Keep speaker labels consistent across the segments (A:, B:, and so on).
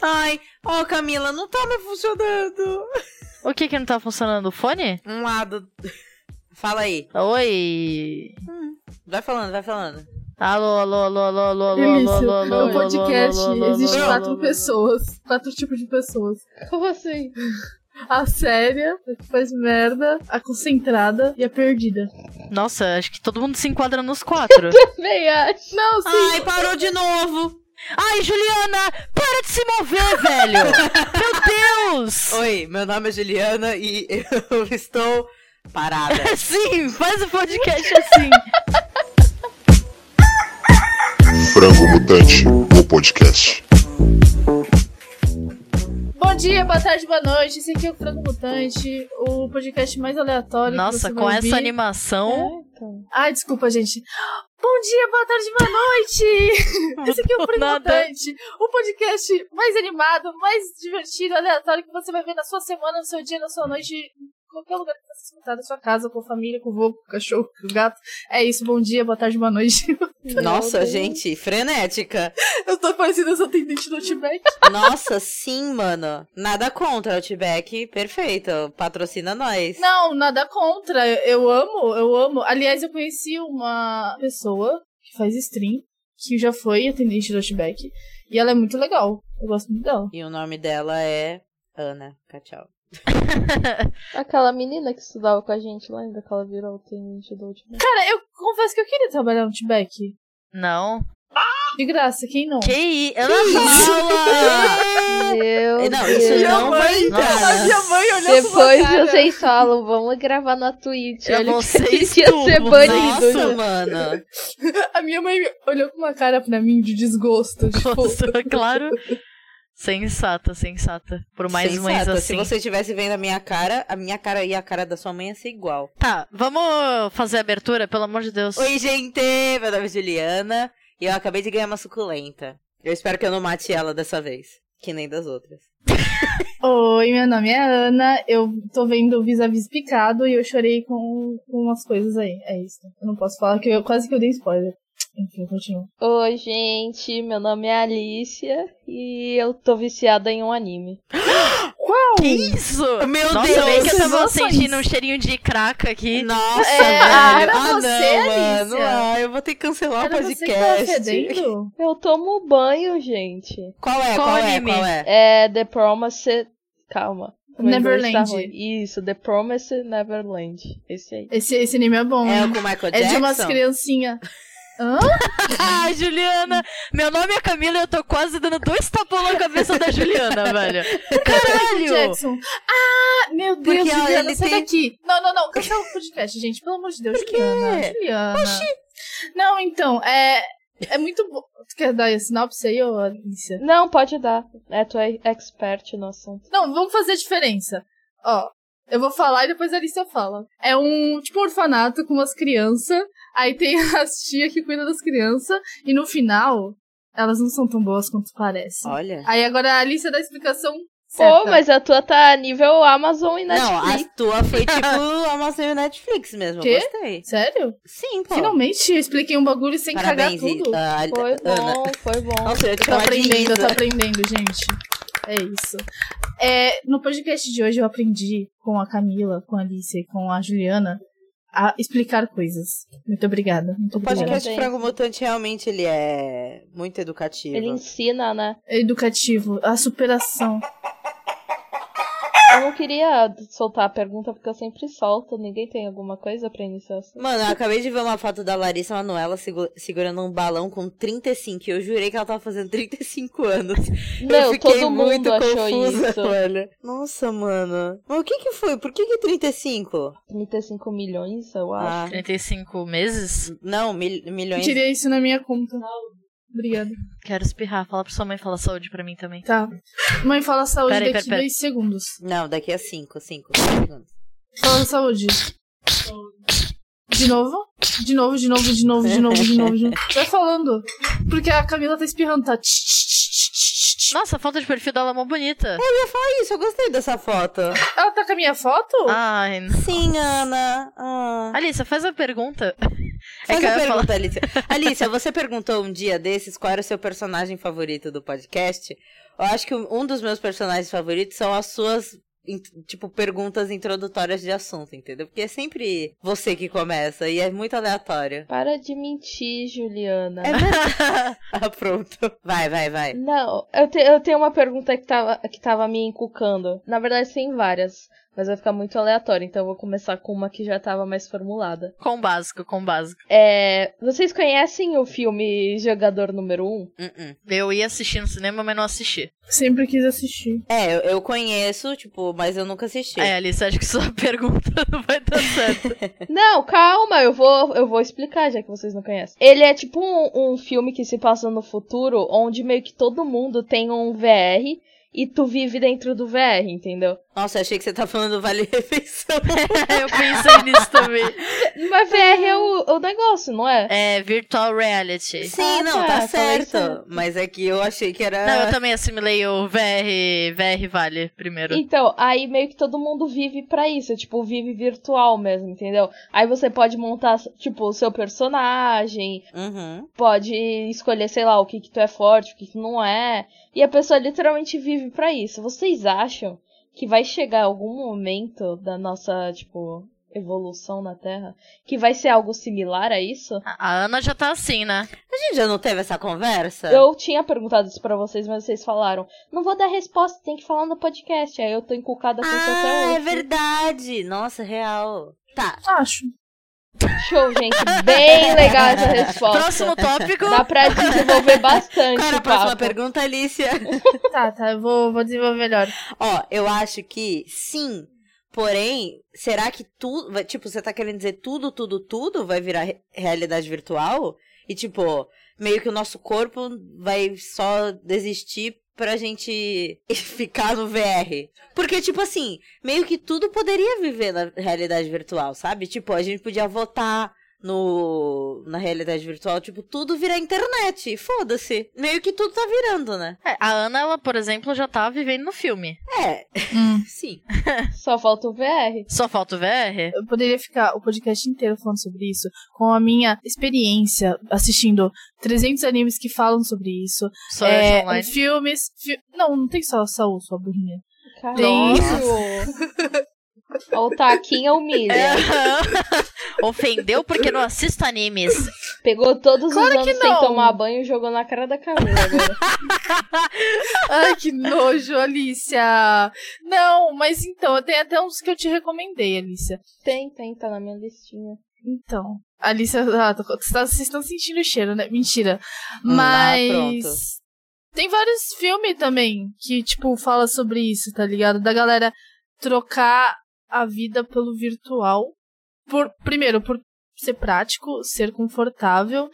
A: Ai, ó, Camila, não tá mais funcionando.
B: O que que não tá funcionando? O fone?
A: Um lado. Fala aí.
B: Oi.
A: Vai falando, vai falando.
B: Alô, alô, alô, alô, alô, alô, alô,
C: Delícia.
B: alô, alô, alô,
C: No podcast
B: alô, alô, alô,
C: existe
B: alô,
C: quatro
B: alô,
C: pessoas. Quatro tipos de pessoas. Como assim? A séria, a que faz merda, a concentrada e a perdida.
B: alô. Nossa, acho que todo mundo se enquadra nos quatro.
D: Também acho.
C: Não, sim.
A: Ai, parou de novo.
B: Ai, Juliana, para de se mover, velho. Meu Deus.
A: Oi, meu nome é Juliana e eu estou parada.
B: Sim, faz o podcast assim.
E: Frango Mutante, o podcast.
C: Bom dia, boa tarde, boa noite. Esse aqui é o Frango Mutante, o podcast mais aleatório. que
B: Nossa,
C: você
B: com
C: vai
B: essa
C: ouvir.
A: É,
B: animação.
C: É?
A: então.
C: Ai, desculpa, gente. Bom dia, boa tarde, boa noite! Esse aqui é o
B: Do nada.
C: Primutante, o podcast mais animado, mais divertido, aleatório que você vai ver na sua semana, no seu dia, na sua noite, em qualquer lugar que você escutar, na sua casa, com a família, com o vô, com o cachorro, com o gato. É isso, bom dia, boa tarde, boa noite.
A: Nossa,
D: Meu Deus.
A: gente, frenética.
C: Eu tô parecendo essa atendente do Outback.
A: Nossa, sim, mano. Nada contra Outback, perfeito. Patrocina nós.
C: Não, nada contra, eu amo, eu amo. Aliás, eu conheci uma pessoa que faz stream, que já foi atendente do Outback, e ela é muito legal, eu gosto muito dela.
A: E o nome dela é Ana. Tchau.
D: Aquela menina que estudava com a gente, lembra que ela virou atendente do último?
C: Cara, eu confesso que eu queria trabalhar no Outback. É.
B: Não.
C: De graça, quem não?
B: Que i- Ana Paula.
D: Meu
A: Não,
D: Deus.
A: isso
C: Minha
A: não
C: mãe,
A: vai entrar. né?
C: mãe
D: Depois vocês falam, vamos gravar na Twitch.
B: Eu
D: Olha
B: não
D: que
B: sei
D: a gente
B: se
D: ia
B: tu-
D: ser
A: Nossa,
D: banido.
A: mano.
C: A minha mãe olhou com uma cara pra mim de desgosto. Tipo,
B: Nossa, claro. Sensata, sensata. Por mais mães
A: Sensata, Se
B: assim.
A: você estivesse vendo a minha cara, a minha cara e a cara da sua mãe ia ser igual.
B: Tá, vamos fazer a abertura, pelo amor de Deus.
A: Oi, gente! Meu nome é Juliana e eu acabei de ganhar uma suculenta. Eu espero que eu não mate ela dessa vez. Que nem das outras.
C: Oi, meu nome é Ana. Eu tô vendo vis-a-vis picado e eu chorei com, com umas coisas aí. É isso. Eu não posso falar que eu quase que eu dei spoiler. Enfim, continua.
D: Oi, gente. Meu nome é Alicia e eu tô viciada em um anime.
C: Qual?
B: Que isso?
A: Meu
B: Nossa,
A: Deus,
B: bem que eu
C: essas
B: tava
C: noções.
B: sentindo um cheirinho de craca aqui.
A: Nossa,
C: É,
A: velho.
C: era
A: ah,
C: você,
A: não, mano.
C: Alicia.
A: Ah, eu vou ter que cancelar o
C: Era você que tava
A: podcast.
C: fedendo?
D: Eu tomo banho, gente.
A: Qual é?
B: Qual
A: Qual, é?
B: anime?
A: Qual é?
D: É The Promised. Calma. O meu inglês
C: Neverland.
D: Tá ruim. Isso, The Promised Neverland. Esse aí.
C: Esse, esse anime é bom.
A: É
C: hein?
A: o com o Michael
C: é
A: Jackson?
C: de umas criancinhas. Hã?
B: Ah, Juliana! Meu nome é Camila e eu tô quase dando dois tapões na cabeça da Juliana, velho.
C: Michael
B: Caralho!
C: Jackson. Ah, meu Deus,
A: Porque ela-
C: Juliana,
A: ele
C: sai
A: tem-
C: daqui. Não, não, não, cancela o podcast, gente, pelo amor de Deus, Juliana. Juliana. Não, então, é, é muito bom. Tu quer dar a sinopse aí, ô Alicia?
D: Não, pode dar. É, tu é expert no assunto.
C: Não, vamos fazer a diferença. Ó, eu vou falar e depois a Alicia fala. É um, tipo, um orfanato com umas crianças, aí tem as tia que cuida das crianças, e no final, elas não são tão boas quanto parecem.
A: Olha.
C: Aí agora a Alicia dá a explicação certa.
D: Pô, mas a tua tá nível Amazon e
A: Não,
D: Netflix.
A: a tua foi tipo a mostra do Netflix mesmo. eu
C: Quê?
A: Gostei.
C: Sério?
A: Sim, pô.
C: Finalmente eu expliquei um bagulho sem
A: Parabéns,
C: cagar tudo.
A: ah,
D: Foi
A: Ana.
D: bom, foi bom.
A: Nossa, eu ia te
C: Eu tô
A: chamar de
C: aprendendo, eu tô
A: Isa.
C: aprendendo, gente. É isso. É, no podcast de hoje eu aprendi com a Camila, com a Alice e com a Juliana a explicar coisas. Muito obrigada. Muito
A: O
C: obrigada.
A: podcast
D: Parabéns.
A: Frango Mutante realmente ele é muito educativo.
D: Ele ensina, né?
C: É Educativo, a superação.
D: Eu não queria soltar a pergunta porque eu sempre solto. Ninguém tem alguma coisa pra iniciar assim.
A: Mano, eu acabei de ver uma foto da Larissa Manoela segu- segurando um balão com 35. E eu jurei que ela tava fazendo 35 anos. eu
D: Meu,
A: fiquei
D: todo
A: muito
D: mundo achou
A: confusa,
D: isso.
A: velho. Nossa, mano. Mas o que que foi? Por que é que 35?
D: 35 milhões, eu acho. é.
A: Ah,
B: 35 meses?
A: não, mil- milhões.
C: Tirei isso na minha conta. Obrigada.
B: Quero espirrar. Fala pra sua mãe falar saúde pra mim também.
C: Tá. Mãe, fala saúde
B: Peraí,
C: daqui
B: peraí, peraí.
C: dois segundos.
A: Não, daqui a 5, 5 segundos.
C: Fala saúde. De novo? De novo, de novo, de novo, de novo, de novo. De novo. Vai falando. Porque a Camila tá espirrando, tá? Tch, tch, tch, tch, tch, tch.
B: Nossa, a foto de perfil dela é mó bonita.
A: É isso, eu gostei dessa foto.
C: Ela tá com a minha foto?
B: Uh! Ai, n-
A: Sim, Ana. Ah.
B: Alissa, faz a pergunta. É
A: Faz
B: que eu
A: a
B: ia
A: pergunta, Alicia. Alicia, você perguntou um dia desses qual era o seu personagem favorito do podcast. Eu acho que um dos meus personagens favoritos são as suas, in- tipo, perguntas introdutórias de assunto, entendeu? Porque é sempre você que começa e é muito aleatório.
D: Para de mentir, Juliana.
A: É verdade. ah, pronto. Vai, vai, vai.
D: Não, eu, te- eu tenho uma pergunta que tava, que tava me encucando. Na verdade, tem várias, mas vai ficar muito aleatório, então eu vou começar com uma que já tava mais formulada.
B: Com o básico, com o básico.
D: É, vocês conhecem o filme Jogador Número 1?
A: Uh-uh.
B: Eu ia assistir no cinema, mas não assisti.
C: Sempre quis assistir.
A: É, eu, eu conheço, tipo, mas eu nunca assisti.
B: É, Alice, acho que sua pergunta não vai dar certo.
D: Não, calma, eu vou, eu vou explicar, já que vocês não conhecem. Ele é tipo um, um filme que se passa no futuro, onde meio que todo mundo tem um VR e tu vive dentro do VR, entendeu?
A: Nossa, eu achei que você tá falando do Vale Refeição.
B: eu pensei nisso também.
D: Mas VR é o, o negócio, não é?
B: É, virtual reality.
A: Sim,
D: Ah,
A: não,
D: tá,
A: tá,
D: falei
A: certo. Mas é que eu achei que era.
B: Não, eu também assimilei o VR, VR Vale primeiro.
D: Então, aí meio que todo mundo vive pra isso, tipo, vive virtual mesmo, entendeu? Aí você pode montar, tipo, o seu personagem,
A: Uhum.
D: pode escolher, sei lá, o que que tu é forte, o que que não é, e a pessoa literalmente vive pra isso. Vocês acham que vai chegar algum momento da nossa, tipo, evolução na Terra que vai ser algo similar a isso?
B: A Ana já tá assim, né?
A: A gente já não teve essa conversa?
D: Eu tinha perguntado isso pra vocês, mas vocês falaram, não vou dar resposta, tem que falar no podcast. Aí eu tô encucada com isso até
A: Ah,
D: hoje.
A: é verdade. Nossa, real. Tá.
C: Acho.
D: Show, gente. Bem legal essa resposta.
B: Próximo tópico.
D: Dá pra desenvolver bastante
A: Qual era a
D: o
A: próxima
D: papo.
A: pergunta, Alicia?
C: Tá, tá, eu vou, vou desenvolver melhor.
A: Ó, eu acho que sim. Porém, será que tudo. vai- Tipo, você tá querendo dizer tudo, tudo, tudo vai virar re- realidade virtual? E, tipo, meio que o nosso corpo vai só desistir pra gente ficar no VR. Porque, tipo assim, meio que tudo poderia viver na realidade virtual, sabe? Tipo, a gente podia votar. No, na realidade virtual, tipo, tudo virar internet. Foda-se. Meio que tudo tá virando, né?
B: É, a Ana, ela, por exemplo, já tá vivendo no filme.
A: É,
C: Hum.
A: sim.
D: Só falta o VR.
B: Só falta o VR?
C: Eu poderia ficar o podcast inteiro falando sobre isso, com a minha experiência assistindo 300 animes que falam sobre isso,
B: Só
C: é,
B: é, online.
C: filmes. fi- Não, não tem só Saul, sua burrinha. Tem
D: Caralho. O é Taquinha
B: É.
D: humilha.
B: Ofendeu porque não assista animes.
D: Pegou todos
C: Claro
D: os
C: que
D: anos sem
C: não.
D: tomar banho e jogou na cara da Camila agora.
C: Ai, que nojo, Alicia! Não, mas então, tem até uns que eu te recomendei, Alicia.
D: Tem, tem, tá na minha listinha.
C: Então. Alicia, ah, tô- vocês tá- vocês estão sentindo o cheiro, né? Mentira.
A: Hum, ah,
C: Mas.
A: pronto.
C: tem vários filmes também que, tipo, fala sobre isso, tá ligado? Da galera trocar a vida pelo virtual. Por, primeiro, por ser prático, ser confortável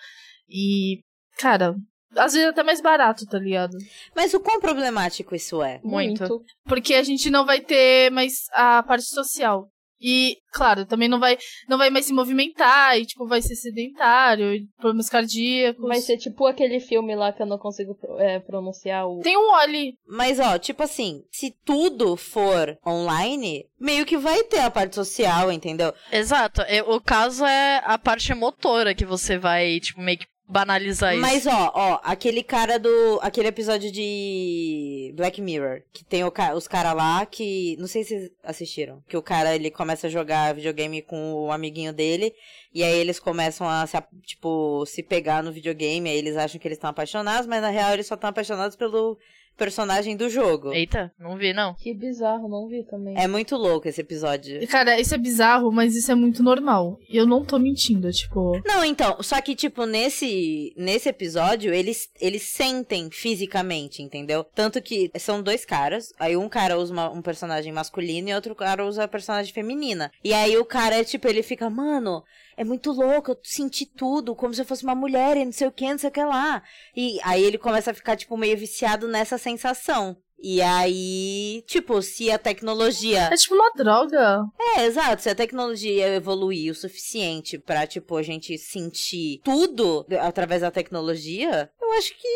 C: e, cara, às vezes até mais barato, tá ligado?
A: Mas o quão problemático isso é?
B: Muito.
C: porque a gente não vai ter mais a parte social. E, claro, também não vai, não vai mais se movimentar e, tipo, vai ser sedentário, e problemas cardíacos.
D: Vai ser tipo aquele filme lá que eu não consigo é, pronunciar o.
C: Tem um Oli.
A: Mas, ó, tipo assim, se tudo for online, meio que vai ter a parte social, entendeu?
B: Exato. É, O caso é a parte motora que você vai, tipo, meio que banalizar É isso.
A: Mas, ó, ó, aquele cara do. Aquele episódio de Black Mirror, que tem o ca- os caras lá que. Não sei se vocês assistiram. Que o cara ele começa a jogar videogame com o amiguinho dele. E aí eles começam a se, a- tipo, se pegar no videogame. Aí eles acham que eles estão apaixonados, mas na real eles só estão apaixonados pelo personagem do jogo.
B: Eita, não vi, não.
D: Que bizarro, não vi também.
A: É muito louco esse episódio.
C: E, Cara, isso é bizarro, mas isso é muito normal. E eu não tô mentindo, tipo.
A: Não, então, só que, tipo, nesse, nesse episódio, eles, eles sentem fisicamente, entendeu? Tanto que são dois caras, aí um cara usa uma- um personagem masculino e outro cara usa a personagem feminina. E aí o cara, tipo, ele fica, mano, é muito louco, eu senti tudo, como se eu fosse uma mulher e não sei o que, não sei o que lá. E aí ele começa a ficar, tipo, meio viciado nessa sensação. E aí, tipo, se a tecnologia
C: É tipo uma droga.
A: é, exato. Se a tecnologia evoluir o suficiente pra, tipo, a gente sentir tudo através da tecnologia, eu acho que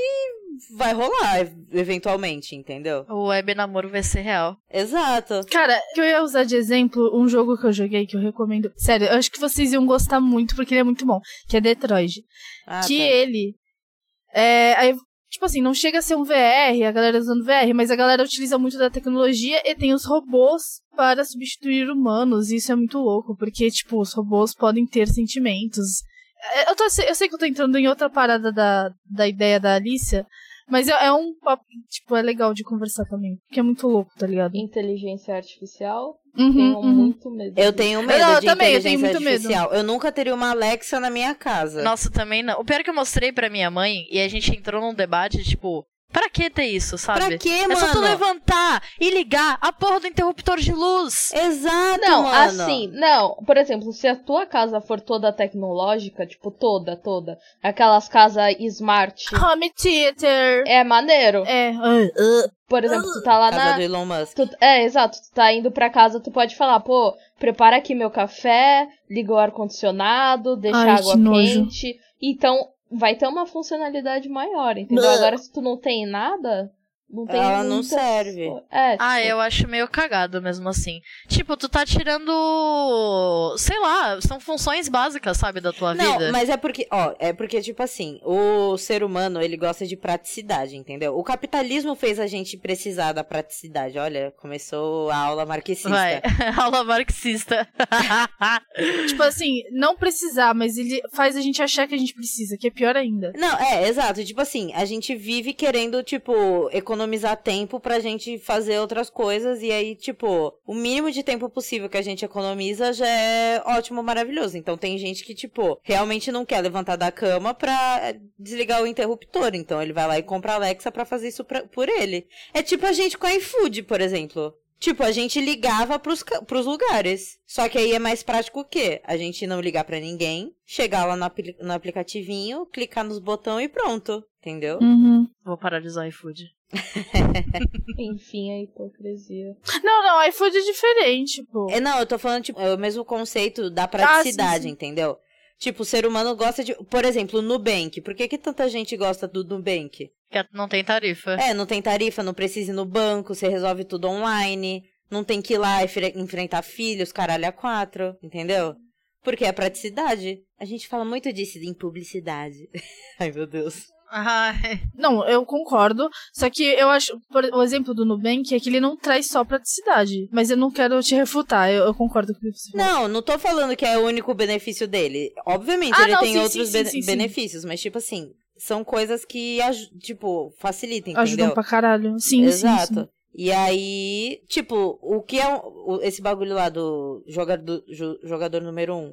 A: vai rolar, ev- eventualmente, entendeu?
B: O web namoro vai ser real.
A: Exato.
C: Cara, que eu ia usar de exemplo um jogo que eu joguei que eu recomendo. Sério, eu acho que vocês iam gostar muito porque ele é muito bom, que é Detroit.
A: Ah,
C: que
A: tá.
C: ele. É, aí, tipo assim, não chega a ser um VR, a galera usando VR, mas a galera utiliza muito da tecnologia e tem os robôs para substituir humanos. E isso é muito louco, porque, tipo, os robôs podem ter sentimentos. É, Eu, tô- eu sei que eu tô entrando em outra parada da, da ideia da Alicia, mas é, é um papo, que, tipo, é legal de conversar também. Porque é muito louco, tá ligado?
D: Inteligência artificial.
C: Uhum,
A: um
D: Tenho
C: uhum.
D: muito medo.
A: Eu tenho medo
C: Não, eu
A: de
C: também, eu tenho
A: inteligência
C: muito medo.
A: artificial. Eu nunca teria uma Alexa na minha casa.
B: Nossa, também não. O pior é que eu mostrei pra minha mãe e a gente entrou num debate, tipo, pra que ter isso, sabe?
A: pra quê,
B: é
A: mano?
B: só tu levantar e ligar a porra do interruptor de luz.
A: Exato,
D: Não,
A: mano.
D: assim, não. Por exemplo, se a tua casa for toda tecnológica, tipo, toda, toda, aquelas casas smart,
C: Home Theater!
D: é maneiro.
C: É. ah, ah.
D: Por exemplo, tu tá lá
A: Casa
D: na.
A: do Elon Musk.
D: Tu- é, exato. Tu tá indo pra casa, tu pode falar, pô, prepara aqui meu café, liga o ar-condicionado, deixa
C: Ai,
D: a
C: que
D: água
C: nojo.
D: quente. Então, vai ter uma funcionalidade maior, entendeu?
A: Bah.
D: Agora, se tu não tem nada, não tem
A: Ela não
D: muita-
A: serve.
D: É, tipo,
B: Ah, eu acho meio cagado mesmo assim. Tipo, tu tá tirando. Sei lá, são funções básicas, sabe, da tua
A: Não,
B: vida.
A: mas é porque, ó, é porque, tipo assim, o ser humano, ele gosta de praticidade, entendeu? O capitalismo fez a gente precisar da praticidade. Olha, começou a aula marxista.
B: Vai, aula marxista.
C: Tipo assim, não precisar, mas ele faz a gente achar que a gente precisa, que é pior ainda.
A: Não, é, exato. Tipo assim, a gente vive querendo, tipo, economizar tempo pra gente fazer outras coisas. E aí, tipo, o mínimo de tempo possível que a gente economiza já é ótimo, maravilhoso. Então tem gente que, tipo, realmente não quer levantar da cama pra eh, desligar o interruptor. Então ele vai lá e compra a Alexa pra fazer isso pra- por ele. É tipo a gente com a iFood, por exemplo. Tipo, a gente ligava pros, ca- pros lugares. Só que aí é mais prático o quê? A gente não ligar pra ninguém, chegar lá no, apli- no aplicativinho, clicar nos botões e pronto. Entendeu?
C: Uhum.
B: Vou parar de usar iFood.
D: enfim, a hipocrisia.
C: Não, não, iFood é diferente, pô.
A: É, não, eu tô falando, tipo, é o mesmo conceito da praticidade,
C: Ah, sim, sim.
A: entendeu? Tipo, o ser humano gosta de. Por exemplo, o Nubank. Por que, que tanta gente gosta do Nubank?
B: Porque não tem tarifa.
A: É, não tem tarifa, não precisa ir no banco, você resolve tudo online, não tem que ir lá e fre- enfrentar filhos, caralho, a quatro, entendeu? Porque é praticidade. A gente fala muito disso em publicidade. Ai, meu Deus.
B: Ai.
C: Não, eu concordo. Só que eu acho. por- o exemplo do Nubank é que ele não traz só praticidade. Mas eu não quero te refutar. Eu, eu concordo com você. falou.
A: Não, não tô falando que é o único benefício dele. Obviamente,
C: Ah,
A: ele
C: não,
A: tem
C: sim,
A: outros
C: sim, sim,
A: bene-
C: sim, sim.
A: benefícios, mas, tipo assim, são coisas que, aju- tipo, facilitam, entendeu?
C: Ajudam pra caralho. Sim,
A: Exato.
C: sim. sim.
A: E aí, tipo, o que é o- o- esse bagulho lá do jogador, jo- jogador número um?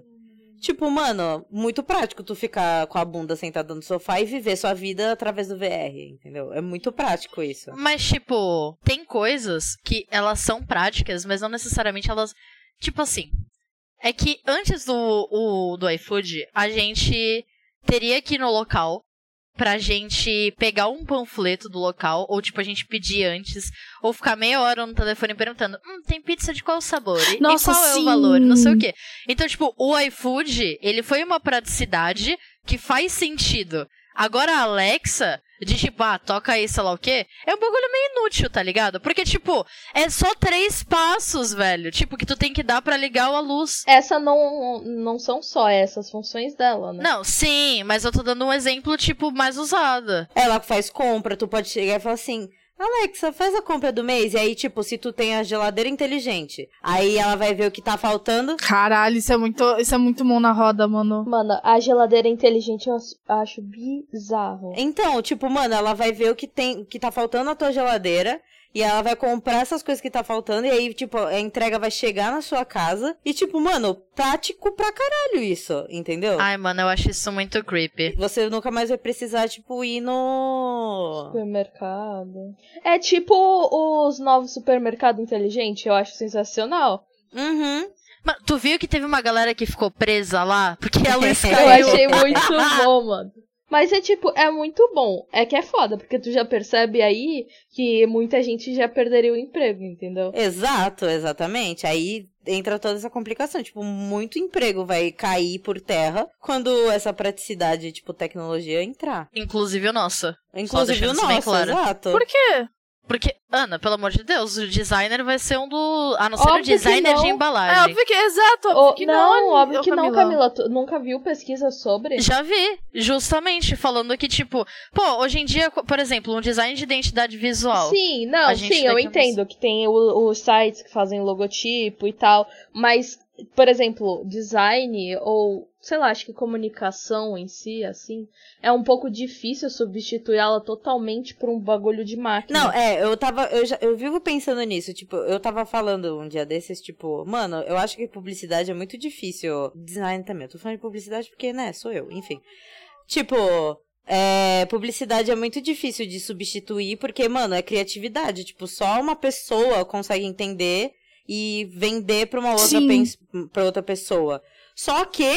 A: Tipo, mano, muito prático tu ficar com a bunda sentada no sofá e viver sua vida através do VR, entendeu? É muito prático isso.
B: Mas, tipo, tem coisas que elas são práticas, mas não necessariamente elas. Tipo assim. É que antes do, o- do iFood, a gente teria que ir no local pra gente pegar um panfleto do local, ou tipo, a gente pedir antes, ou ficar meia hora no telefone perguntando: hum, tem pizza de qual sabor? E-
C: Nossa,
B: e qual é
C: sim!
B: o valor? Não sei o quê. Então, tipo, o iFood, ele foi uma praticidade que faz sentido. Agora a Alexa, de tipo, ah, toca aí, sei lá o quê, é um bagulho meio inútil, tá ligado? Porque, tipo, é só três passos, velho. Tipo, que tu tem que dar pra ligar a luz.
D: Essa não, não são só essas funções dela, né?
B: Não, sim, mas eu tô dando um exemplo, tipo, mais usado.
A: Ela faz compra, tu pode chegar e falar assim. Alexa, faz a compra do mês. E aí, tipo, se tu tem a geladeira inteligente, aí ela vai ver o que tá faltando.
C: Caralho, isso é muito. Isso é muito mão na roda, mano.
D: Mano, a geladeira inteligente eu as- acho bizarro.
A: Então, tipo, mano, ela vai ver o que tem, o que tá faltando na tua geladeira e ela vai comprar essas coisas que tá faltando e aí, tipo, a entrega vai chegar na sua casa e tipo, mano, prático pra caralho isso, entendeu?
B: Ai, mano, eu acho isso muito creepy.
A: Você nunca mais vai precisar, tipo, ir no
D: Supermercado. É tipo os novos supermercados inteligentes, eu acho sensacional.
A: Uhum.
B: Mas tu viu que teve uma galera que ficou presa lá? Porque a luz
C: É.
A: Eu
D: Eu
B: caiu.
D: achei muito bom, mano. Mas é tipo, é muito bom. É que é foda, porque tu já percebe aí que muita gente já perderia o emprego, entendeu?
A: Exato, exatamente. Aí entra toda essa complicação. Tipo, muito emprego vai cair por terra quando essa praticidade, tipo, tecnologia entrar.
B: Inclusive o nosso.
A: Inclusive o
B: deixando isso bem
A: nosso,
B: claro.
A: exato.
C: Por quê?
B: Porque, Ana, pelo amor de Deus, o designer vai ser um do. A não ser
D: Óbvio
B: o
D: que
B: designer
D: não.
B: de
C: É
B: embalagem.
C: óbvio que exato, óbvio
D: Ou-
C: que
D: não,
C: não.
D: óbvio
C: ô,
D: que não, Camila. Tu nunca viu pesquisa sobre?
B: Já vi, justamente, falando que, tipo, pô, hoje em dia, co- por exemplo, um design de identidade visual.
D: Sim,
B: A
D: não,
B: gente
D: sim, eu
B: daqui a uns-
D: entendo que tem o- os sites que fazem logotipo e tal, mas, por exemplo, design ou, sei lá, acho que comunicação em si, assim, é um pouco difícil substituí-la totalmente por um bagulho de máquina.
A: Não, é, eu tava. Eu, já, eu vivo pensando nisso. Tipo, eu tava falando um dia desses, tipo, mano, eu acho que publicidade é muito difícil. Design também. Eu tô falando de publicidade porque, né, sou eu, enfim. Tipo. É, publicidade é muito difícil de substituir porque, mano, é criatividade. Tipo, só uma pessoa consegue entender e vender pra uma outra,
C: Sim.
A: pens- pra outra pessoa. Só que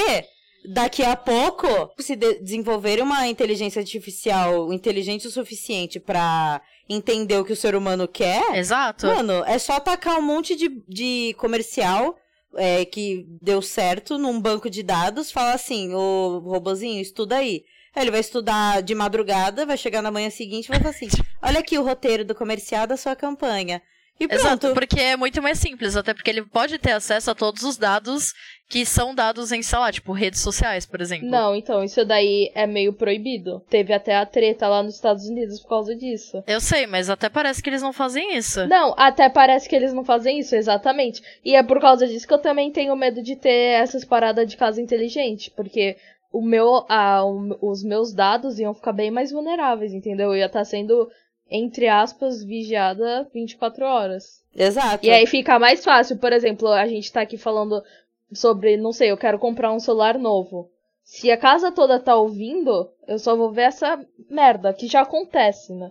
A: daqui a pouco, se de- desenvolver uma inteligência artificial inteligente o suficiente pra entender o que o ser humano quer,
B: Exato.
A: mano, é só tacar um monte de, de comercial é, que deu certo num banco de dados, falar assim, ô robozinho, estuda aí. Aí ele vai estudar de madrugada, vai chegar na manhã seguinte e vai falar assim, olha aqui o roteiro do comercial da sua campanha. E pronto.
B: Exato, porque é muito mais simples, até porque ele pode ter acesso a todos os dados que são dados em, sei lá, tipo, redes sociais, por exemplo.
D: Não, então, isso daí é meio proibido. Teve até a treta lá nos Estados Unidos por causa disso.
B: Eu sei, mas até parece que eles não fazem isso.
D: Não, até parece que eles não fazem isso, exatamente. E é por causa disso que eu também tenho medo de ter essas paradas de casa inteligente, porque o meu, ah, o- os meus dados iam ficar bem mais vulneráveis, entendeu? Eu ia estar sendo, entre aspas, vigiada 24 horas.
A: Exato.
D: E aí fica mais fácil, por exemplo, a gente tá aqui falando sobre, não sei, eu quero comprar um celular novo. Se a casa toda tá ouvindo, eu só vou ver essa merda, que já acontece, né?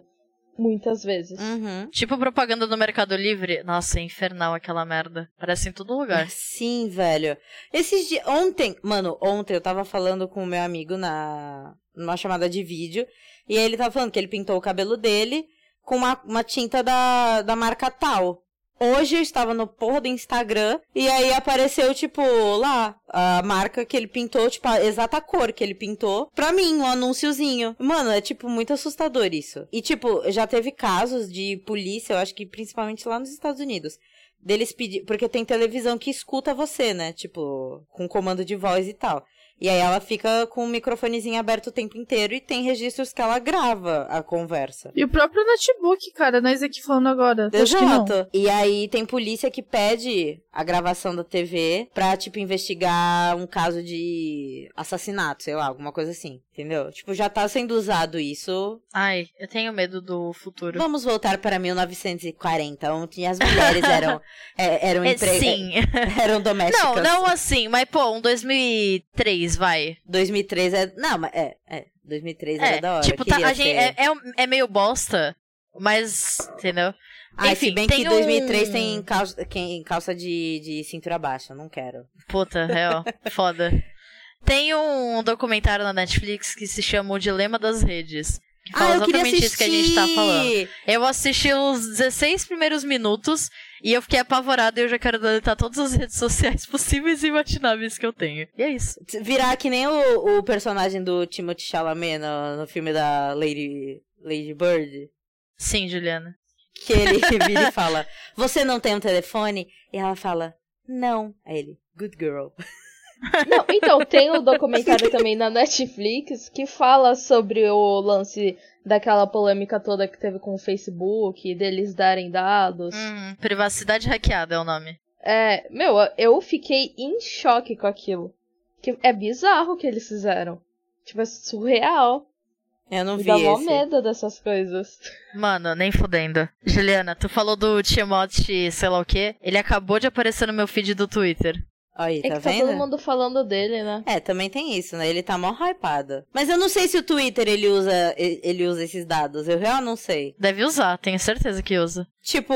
D: Muitas vezes.
A: Uhum.
B: Tipo propaganda do Mercado Livre. Nossa, é infernal aquela merda. Parece em todo lugar.
A: Sim, velho. Esses dias. Ontem, mano, ontem eu tava falando com o meu amigo na numa chamada de vídeo. E aí ele tava falando que ele pintou o cabelo dele com uma, uma tinta da, da marca tal. Hoje eu estava no porra do Instagram e aí apareceu, tipo, lá, a marca que ele pintou, tipo, a exata cor que ele pintou. Pra mim, um anúnciozinho. Mano, é, tipo, muito assustador isso. E, tipo, já teve casos de polícia, eu acho que principalmente lá nos Estados Unidos deles pedir. Porque tem televisão que escuta você, né? Tipo, com comando de voz e tal. E aí ela fica com o microfonezinho aberto o tempo inteiro e tem registros que ela grava a conversa.
C: E o próprio notebook, cara, nós aqui falando agora. Acho que não.
A: E aí tem polícia que pede a gravação da TV pra, tipo, investigar um caso de assassinato, sei lá, alguma coisa assim. Entendeu? Tipo, já tá sendo usado isso
B: Ai, eu tenho medo do futuro.
A: Vamos voltar para 1940, onde as mulheres eram, é, eram,
B: É,
A: empre-
B: sim.
A: eram domésticas.
B: Não, não assim, mas pô, um 2003, vai.
A: 2003 é. Não, mas é. é 2003
B: É,
A: era da hora.
B: tipo,
A: eu
B: tá,
A: queria
B: a gente,
A: ser-
B: é, é, é meio bosta, mas, entendeu?
A: Ai,
B: enfim,
A: se bem
B: tem
A: que 2003
B: um-
A: tem calça, quem- calça de, de cintura baixa, não quero.
B: Puta, real, foda. Tem um documentário na Netflix que se chama O Dilema das Redes. Que fala
A: ah, eu queria
B: exatamente
A: assistir!
B: isso que a gente tá falando. Eu assisti os 16 primeiros minutos e eu fiquei apavorada e eu já quero deletar todas as redes sociais possíveis e imagináveis que eu tenho. E é isso.
A: Virar que nem o, o personagem do Timothée Chalamet no, no filme da Lady, Lady Bird.
B: Sim, Juliana.
A: Que ele vira e fala: Você não tem um telefone? E ela fala: Não. Aí ele: Good girl.
D: Não, então, tem o documentário também na Netflix que fala sobre o lance daquela polêmica toda que teve com o Facebook, deles darem dados.
B: Hum, privacidade hackeada é o nome.
D: É, meu, eu fiquei em choque com aquilo. Que é bizarro o que eles fizeram. Tipo, é surreal.
A: Eu não
D: Me
A: vi
D: dá mó
A: esse. Tá
D: medo dessas coisas.
B: Mano, nem fudendo. Juliana, tu falou do Timothy, sei lá o quê. Ele acabou de aparecer no meu feed do Twitter.
A: Aí,
D: É
A: tá
D: que tá
A: vendo?
D: todo mundo falando dele, né?
A: É, também tem isso, né? Ele tá mó hypado. Mas eu não sei se o Twitter ele usa, ele usa esses dados. Eu realmente não sei.
B: Deve usar, tenho certeza que usa.
A: Tipo,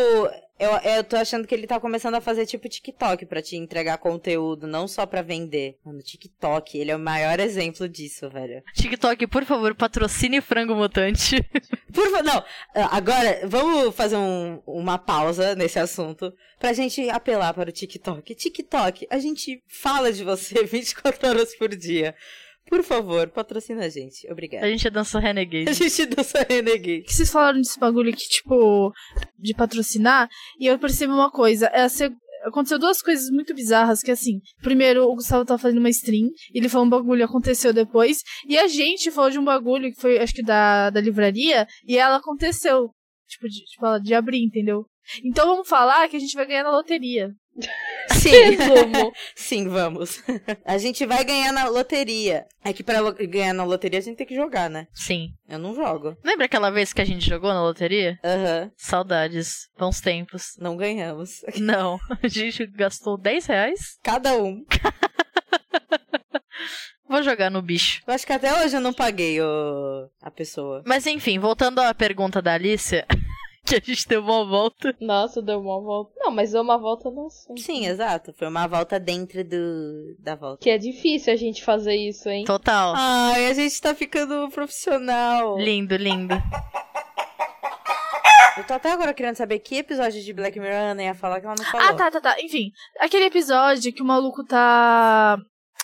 A: Eu, eu tô achando que ele tá começando a fazer tipo TikTok pra te entregar conteúdo, não só pra vender. Mano, TikTok, ele é o maior exemplo disso, velho.
B: TikTok, por favor, patrocine Frango Mutante.
A: Por favor, não. Agora, vamos fazer um- uma pausa nesse assunto pra gente apelar para o TikTok. TikTok, a gente fala de você 24 horas por dia. Por favor, patrocina a gente.
B: A
A: Obrigada.
B: gente é dança
A: A
B: Renegade.
A: gente dança Renegade.
C: que vocês falaram desse bagulho aqui, tipo, de patrocinar, e eu percebi uma coisa, é a seg- Aconteceu duas coisas muito bizarras, que assim, primeiro o Gustavo tava fazendo uma stream, ele falou um bagulho, aconteceu depois, e a gente falou de um bagulho que foi, acho que da, da livraria, e ela aconteceu, tipo, de, tipo, ela de abrir, entendeu? Então vamos falar que a gente vai ganhar na loteria.
A: Sim.
D: Resumo.
A: Sim, vamos. A gente vai ganhar na loteria. É que pra lo- ganhar na loteria a gente tem que jogar, né?
B: Sim.
A: Eu não jogo.
B: Lembra aquela vez que a gente jogou na loteria?
A: Aham,
B: Saudades. Bons tempos.
A: não ganhamos.
B: Não. A gente gastou 10 reais.
A: Cada um.
B: Vou jogar no bicho.
A: Eu acho que até hoje eu não paguei o... a pessoa.
B: Mas enfim, voltando à pergunta da Alicia, que a gente deu uma volta.
D: Nossa, deu uma volta. Não, mas deu uma volta no assunto.
A: Sim, exato. Foi uma volta dentro do... da volta.
D: Que é difícil a gente fazer isso, hein?
B: Total.
A: Ai, a gente tá ficando profissional.
B: Lindo, lindo.
A: Eu tô até agora querendo saber que episódio de Black Mirror a Ana ia falar que ela não falou.
C: Ah, tá, tá, tá. Enfim, aquele episódio que o maluco tá.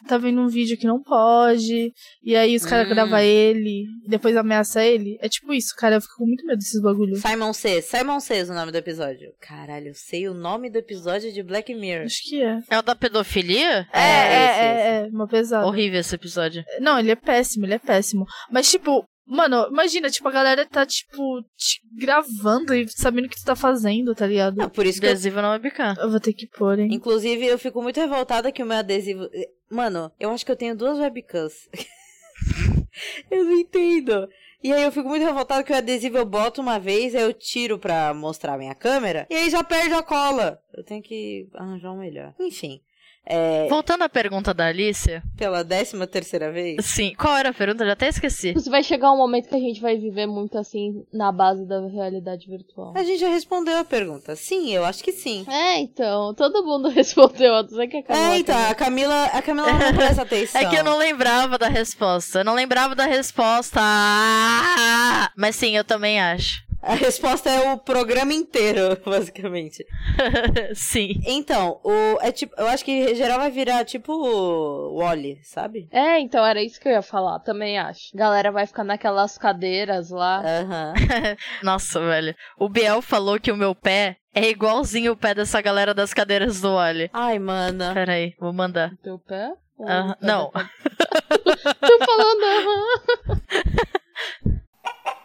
C: tá vendo um vídeo que não pode, e aí os caras
A: Hum.
C: gravam ele, e depois ameaça ele. É tipo isso, cara. Eu fico com muito medo desses bagulhos.
A: Simon Says. Simon Says o nome do episódio. Caralho, eu sei o nome do episódio de Black Mirror.
C: Acho que é.
B: É o da pedofilia?
C: É, é,
A: esse, Oh.
C: é, é, uma pesada.
B: Horrível esse episódio.
C: Não, ele é péssimo, ele é péssimo. Mas, tipo, mano, imagina, tipo, a galera tá, tipo, te gravando e sabendo o que tu tá fazendo, tá ligado?
A: Não, por isso que eu
B: Adesivo é na webcam.
C: Eu vou ter que pôr, hein?
A: Inclusive, eu fico muito revoltada que o meu adesivo. Mano, eu acho que eu tenho duas webcams. eu não entendo. E aí eu fico muito revoltada que o adesivo eu boto uma vez, aí eu tiro pra mostrar a minha câmera, e aí já perde a cola. Eu tenho que arranjar um melhor. Enfim. É,
B: Voltando à pergunta da Alicia.
A: pela décima terceira vez.
B: Sim. Qual era a pergunta? Eu já até esqueci.
D: Você vai chegar um momento que a gente vai viver muito assim na base da realidade virtual.
A: A gente já respondeu a pergunta. Sim, eu acho que sim.
D: É, então, todo mundo respondeu, a não ser que a Camila
A: É, então,
D: tenha-
A: a Camila, a Camila não presta atenção.
B: É que eu não lembrava da resposta. Eu não lembrava da resposta. Ah! Mas sim, eu também acho.
A: A resposta é o programa inteiro, basicamente.
B: sim.
A: Então, o, é tipo, eu acho que geral vai virar tipo o Wally, sabe?
D: É, então era isso que eu ia falar, também acho. Galera vai ficar naquelas cadeiras lá.
A: Aham.
B: Nossa, velho. O Biel falou que o meu pé é igualzinho o pé dessa galera das cadeiras do Wally.
A: Ai, mana.
B: Peraí, vou mandar.
D: Teu pé? Ou
B: Aham,
D: tá-
B: não.
D: Tô falando, aham.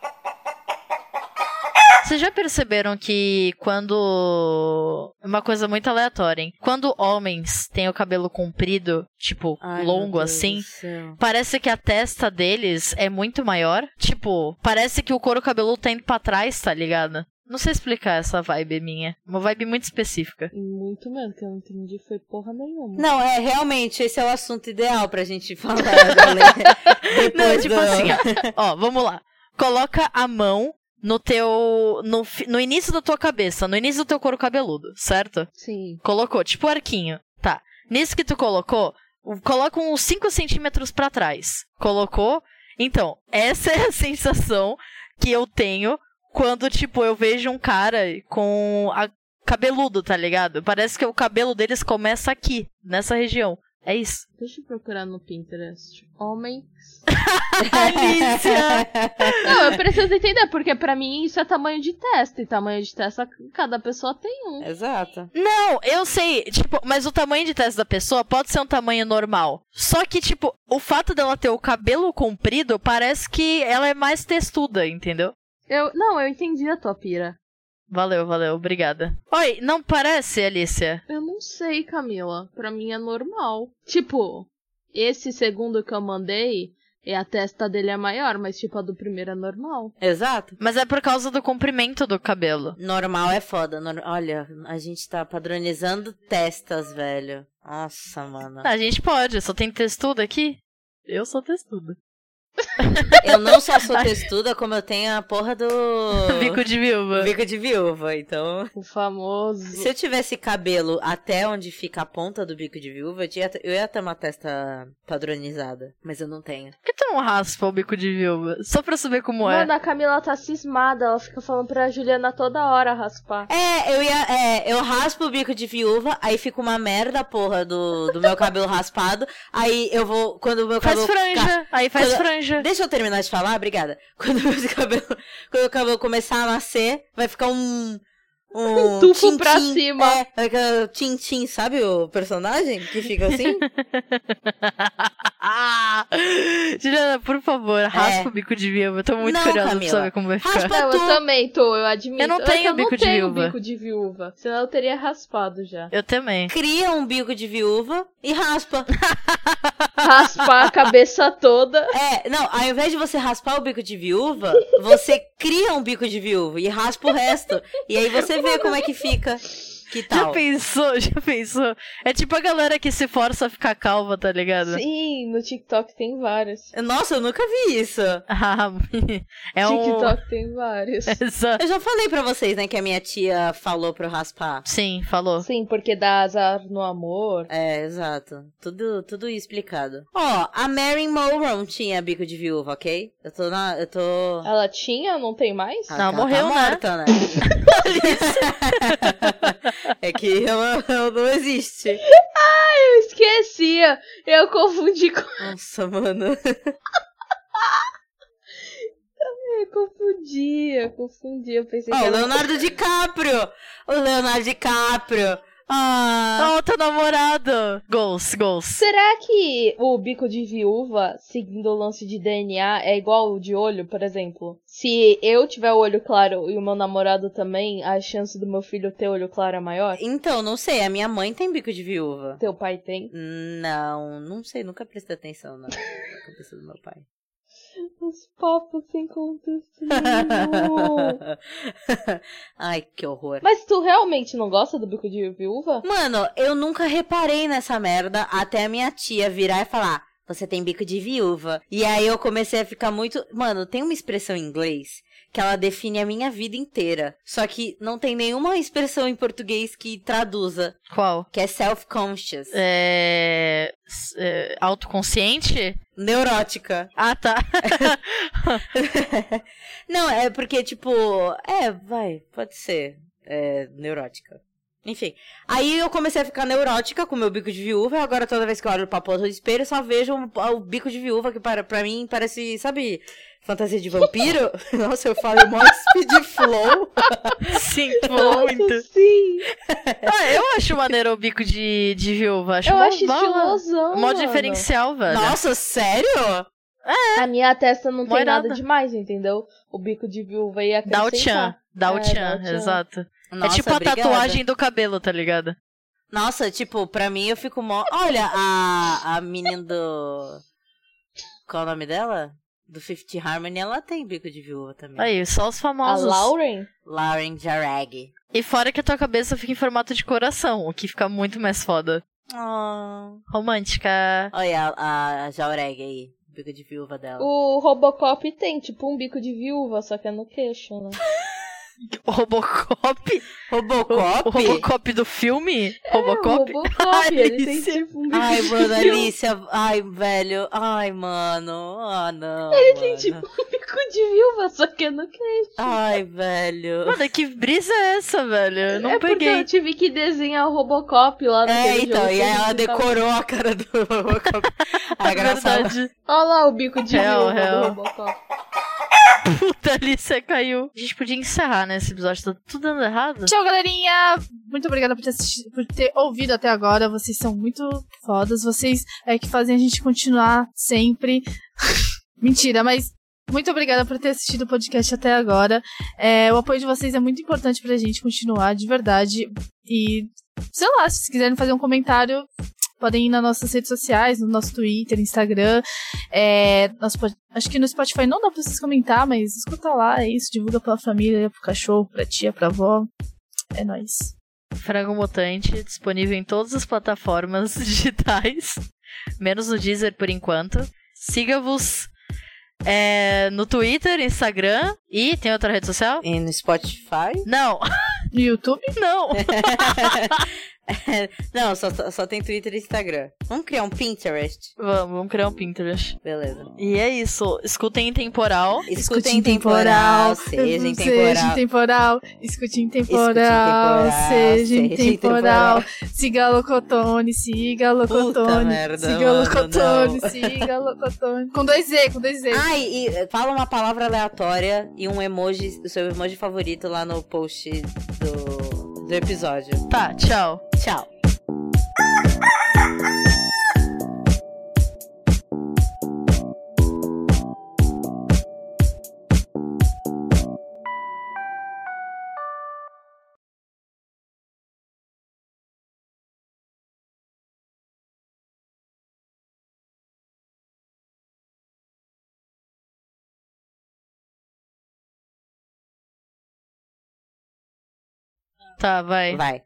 B: Vocês já perceberam que quando. Uma coisa muito aleatória, hein? Quando homens têm o cabelo comprido, tipo,
A: Ai,
B: longo
A: meu Deus
B: assim.
A: do céu.
B: Parece que a testa deles é muito maior. Tipo, parece que o couro cabeludo tá indo pra trás, tá ligado? Não sei explicar essa vibe minha. Uma vibe muito específica.
D: Muito mesmo, que eu não entendi foi porra nenhuma.
A: Não, é realmente, esse é o assunto ideal pra gente falar. Galera. Depois
B: Não, é tipo
A: do-
B: assim, ó. Ó, vamos lá. Coloca a mão no teu. No, fi- no início da tua cabeça, no início do teu couro cabeludo, certo?
D: Sim.
B: Colocou, tipo arquinho. Tá. Nisso que tu colocou, o- coloca uns 5 centímetros pra trás. Colocou. Então, essa é a sensação que eu tenho quando, tipo, eu vejo um cara com a- cabeludo, tá ligado? Parece que o cabelo deles começa aqui, nessa região. É isso.
D: Deixa eu procurar no Pinterest. Homens.
B: Alicia!
D: Não, eu preciso entender, porque pra mim isso é tamanho de testa. E tamanho de testa, cada pessoa tem um.
A: Exato.
B: Não, eu sei, tipo, mas o tamanho de testa da pessoa pode ser um tamanho normal. Só que, tipo, o fato dela ter o cabelo comprido parece que ela é mais testuda, entendeu?
D: Eu, não, eu entendi a tua pira.
B: Valeu, valeu, obrigada. Oi, não parece, Alicia?
D: Eu não sei, Camila. Pra mim é normal. Tipo, esse segundo que eu mandei, e a testa dele é maior, mas tipo, a do primeiro é normal.
A: Exato.
B: Mas é por causa do comprimento do cabelo.
A: Normal é foda. nor- Olha, a gente tá padronizando testas, velho. Nossa, mano.
B: A gente pode, só tem testuda aqui? Eu sou testuda.
A: Eu não só sou textuda, como eu tenho a porra do.
B: Bico de viúva.
A: Bico de viúva, então.
D: O famoso.
A: Se eu tivesse cabelo até onde fica a ponta do bico de viúva, eu tinha- eu ia ter uma testa padronizada. Mas eu não tenho.
B: Por que tu não raspa o bico de viúva? Só pra saber como é.
D: Mano, a Camila tá cismada, ela fica falando pra Juliana toda hora raspar.
A: É, eu ia. É, eu raspo o bico de viúva, aí fica uma merda, porra, do, do meu cabelo raspado. Aí eu vou. Quando o meu
B: Faz
A: cabelo.
B: franja. Aí faz
A: Quando-
B: franja.
A: Deixa eu terminar de falar, obrigada. Quando o meu cabelo, quando o cabelo começar a nascer, vai ficar um. Um,
D: Um tufo
A: tim-tim.
D: pra cima.
A: É, vai ficar o Tintin, sabe o personagem que fica assim?
B: Juliana, por favor, raspa o bico de viúva. Eu tô muito
A: É. Não,
B: curiosa
A: Camila.
B: pra saber como vai ficar.
A: Raspa
D: Não, eu
A: tu.
D: também tô, eu admito.
B: Eu não
D: Mas
B: tenho
D: eu
B: bico
D: não
B: de
D: tenho
B: viúva.
D: bico de viúva. Senão eu teria raspado já.
B: Eu também.
A: Cria um bico de viúva e raspa.
D: Raspar a cabeça toda.
A: É, não, ao invés de você raspar o bico de viúva, você cria um bico de viúva e raspa o resto. E aí você vê como é que fica. Que
B: Já
A: tal?
B: pensou? Já pensou? É tipo a galera que se força a ficar calva, tá ligado?
D: Sim, no TikTok tem vários.
A: Nossa, eu nunca vi isso.
B: Ah, é um.
D: TikTok tem vários.
B: Essa-
A: Eu já falei pra vocês, né, que a minha tia falou pra eu raspar.
B: Sim, falou.
D: Sim, porque dá azar no amor.
A: É, exato. Tudo, tudo explicado. Ó, a Mary Monroe tinha bico de viúva, ok? Eu tô na. Eu tô.
D: Ela tinha, não tem mais?
A: Ah,
B: Não,
A: tá- tá
B: morreu, né?
A: morta, né? é que ela, ela não existe.
D: Eu esquecia. Eu confundi com.
A: Nossa, mano.
D: Eu confundi, eu confundi. Eu pensei
A: Ó,
D: que
A: o
D: era- um
A: Leonardo DiCaprio! O Leonardo DiCaprio! Ah!
B: Ah, o teu namorado! Goals, goals.
D: Será que o bico de viúva, seguindo o lance de DNA, é igual o de olho, por exemplo? Se eu tiver olho claro e o meu namorado também, a chance do meu filho ter olho claro é maior?
A: Então, não sei, a minha mãe tem bico de viúva.
D: Teu pai tem?
A: Não, não sei, nunca prestei atenção na na cabeça do meu pai.
D: Os papos sem conteúdo.
A: Ai, que horror.
D: Mas tu realmente não gosta do bico de viúva?
A: Mano, eu nunca reparei nessa merda até a minha tia virar e falar: Você tem bico de viúva. E aí eu comecei a ficar muito. Mano, tem uma expressão em inglês que ela define a minha vida inteira. Só que não tem nenhuma expressão em português que traduza,
B: Qual?
A: que é self-conscious.
B: É... s- é, Autoconsciente?
A: Neurótica.
B: Ah, tá.
A: Não, é porque, tipo. É, vai, pode ser. É, neurótica. Enfim. Aí eu comecei a ficar neurótica com o meu bico de viúva. E agora toda vez que eu olho pra porta do espelho, eu só vejo um- o bico de viúva, que para, pra mim parece, sabe, fantasia de vampiro? Nossa, eu falo mó speed flow.
B: Sinto
D: Nossa,
B: muito.
D: sim!
B: Ah, eu acho maneiro o bico de, de viúva. Acho
D: Eu
B: mó
D: acho
B: bala.
D: estilosão.
B: Mó
D: mano.
B: diferencial, velho.
A: Nossa, sério?
D: A minha testa não
B: Mó
D: tem nada
B: irada.
D: demais, entendeu? O bico de viúva ia
B: Dá o
D: acrescentar.
B: tchan. Dá o
D: É, dá
B: tchan,
D: o tchan.
B: exato.
A: Nossa,
B: é tipo a
A: obrigada.
B: tatuagem do cabelo, tá ligado?
A: Nossa, tipo, pra mim eu fico mó. Olha, a, a menina do. Qual é o nome dela? Do Fifth Harmony, ela tem bico de viúva também.
B: Aí, só os
D: A
B: famosos.
D: Lauren?
A: Lauren Jarag.
B: E fora que a tua cabeça fica em formato de coração, o que fica muito mais foda. Ah.
A: Oh.
B: Romântica.
A: Olha a, a Jaureg aí, bico de viúva dela.
D: O Robocop tem, tipo, um bico de viúva, só que é no queixo, né?
B: O Robocop?
A: Robocop?
B: O Robocop do filme? Robocop?
D: É, o Robocop, ele tem,
B: Alice.
D: tipo, um bico
A: Ai,
D: de
A: mano,
D: viúva.
A: Alicia. Ai, velho. Ai, mano. Ah, não.
D: Tem,
A: mano.
D: tipo, um bico de viúva, só que é no queixo.
A: Ai, velho.
B: Mano, que brisa é essa, velho? Eu não
D: é porque
B: peguei.
D: eu tive que desenhar o Robocop lá
A: É,
D: naquele
A: então,
D: jogo
A: e
D: que a
A: aí ela
D: gente tava-
A: decorou a cara do Robocop. Ai, engraçado.
B: Verdade.
D: Olha lá o bico de
B: Real,
D: viúva
B: real.
D: do Robocop.
B: Puta, Alice caiu. A gente podia encerrar, né, esse episódio. Tá tudo dando errado?
C: Tchau, galerinha! Muito obrigada por ter, assistido, por ter ouvido até agora. Vocês são muito fodas. Vocês é que fazem a gente continuar sempre. Mentira, mas muito obrigada por ter assistido o podcast até agora. É, o apoio de vocês é muito importante pra gente continuar, de verdade. E, sei lá, se vocês quiserem fazer um comentário, podem ir nas nossas redes sociais, no nosso Twitter, Instagram. É, nosso pod- acho que no Spotify não dá pra vocês comentar, mas escuta lá, é isso. Divulga pra família, pro cachorro, pra tia, pra avó. É nóis.
B: Frango Mutante, disponível em todas as plataformas digitais, menos no Deezer por enquanto. Siga-vos É, no Twitter, Instagram e tem outra rede social?
A: E no Spotify?
B: Não,
C: No YouTube?
B: não.
A: Não, só, só- só tem Twitter e Instagram. Vamos criar um Pinterest?
B: Vamos, vamos criar um Pinterest.
A: Beleza.
B: E é isso. Escutem em temporal.
A: Escute em temporal, seja em
C: Seja em
A: temporal.
C: temporal. Escute em temporal.
A: temporal,
C: Seja em
A: seja em
C: temporal. Siga a Locotone, siga a
A: Puta
C: Locotone.
A: merda,
C: Siga a
A: mano,
C: Locotone,
A: não.
C: siga a Locotone. Ah, Com dois Z, com dois Z.
A: Ai, e eh, fala uma palavra aleatória e um emoji, o seu emoji favorito lá no post do, do episódio.
B: Tá, tchau.
A: Tchau.
B: Tá, vai.
A: Vai.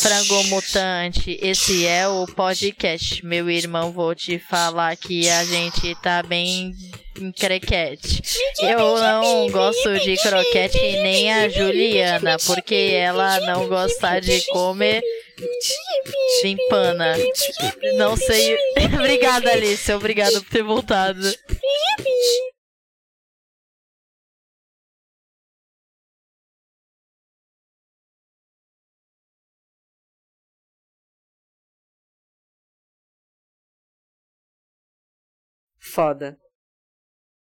B: Frango Mutante, esse é o podcast. Meu irmão, vou te falar que a gente tá bem em crequete. Eu não gosto de croquete nem a Juliana, porque ela não gosta de comer limpana. Não sei. Obrigada, Alice. Obrigada por ter voltado.
A: Foda.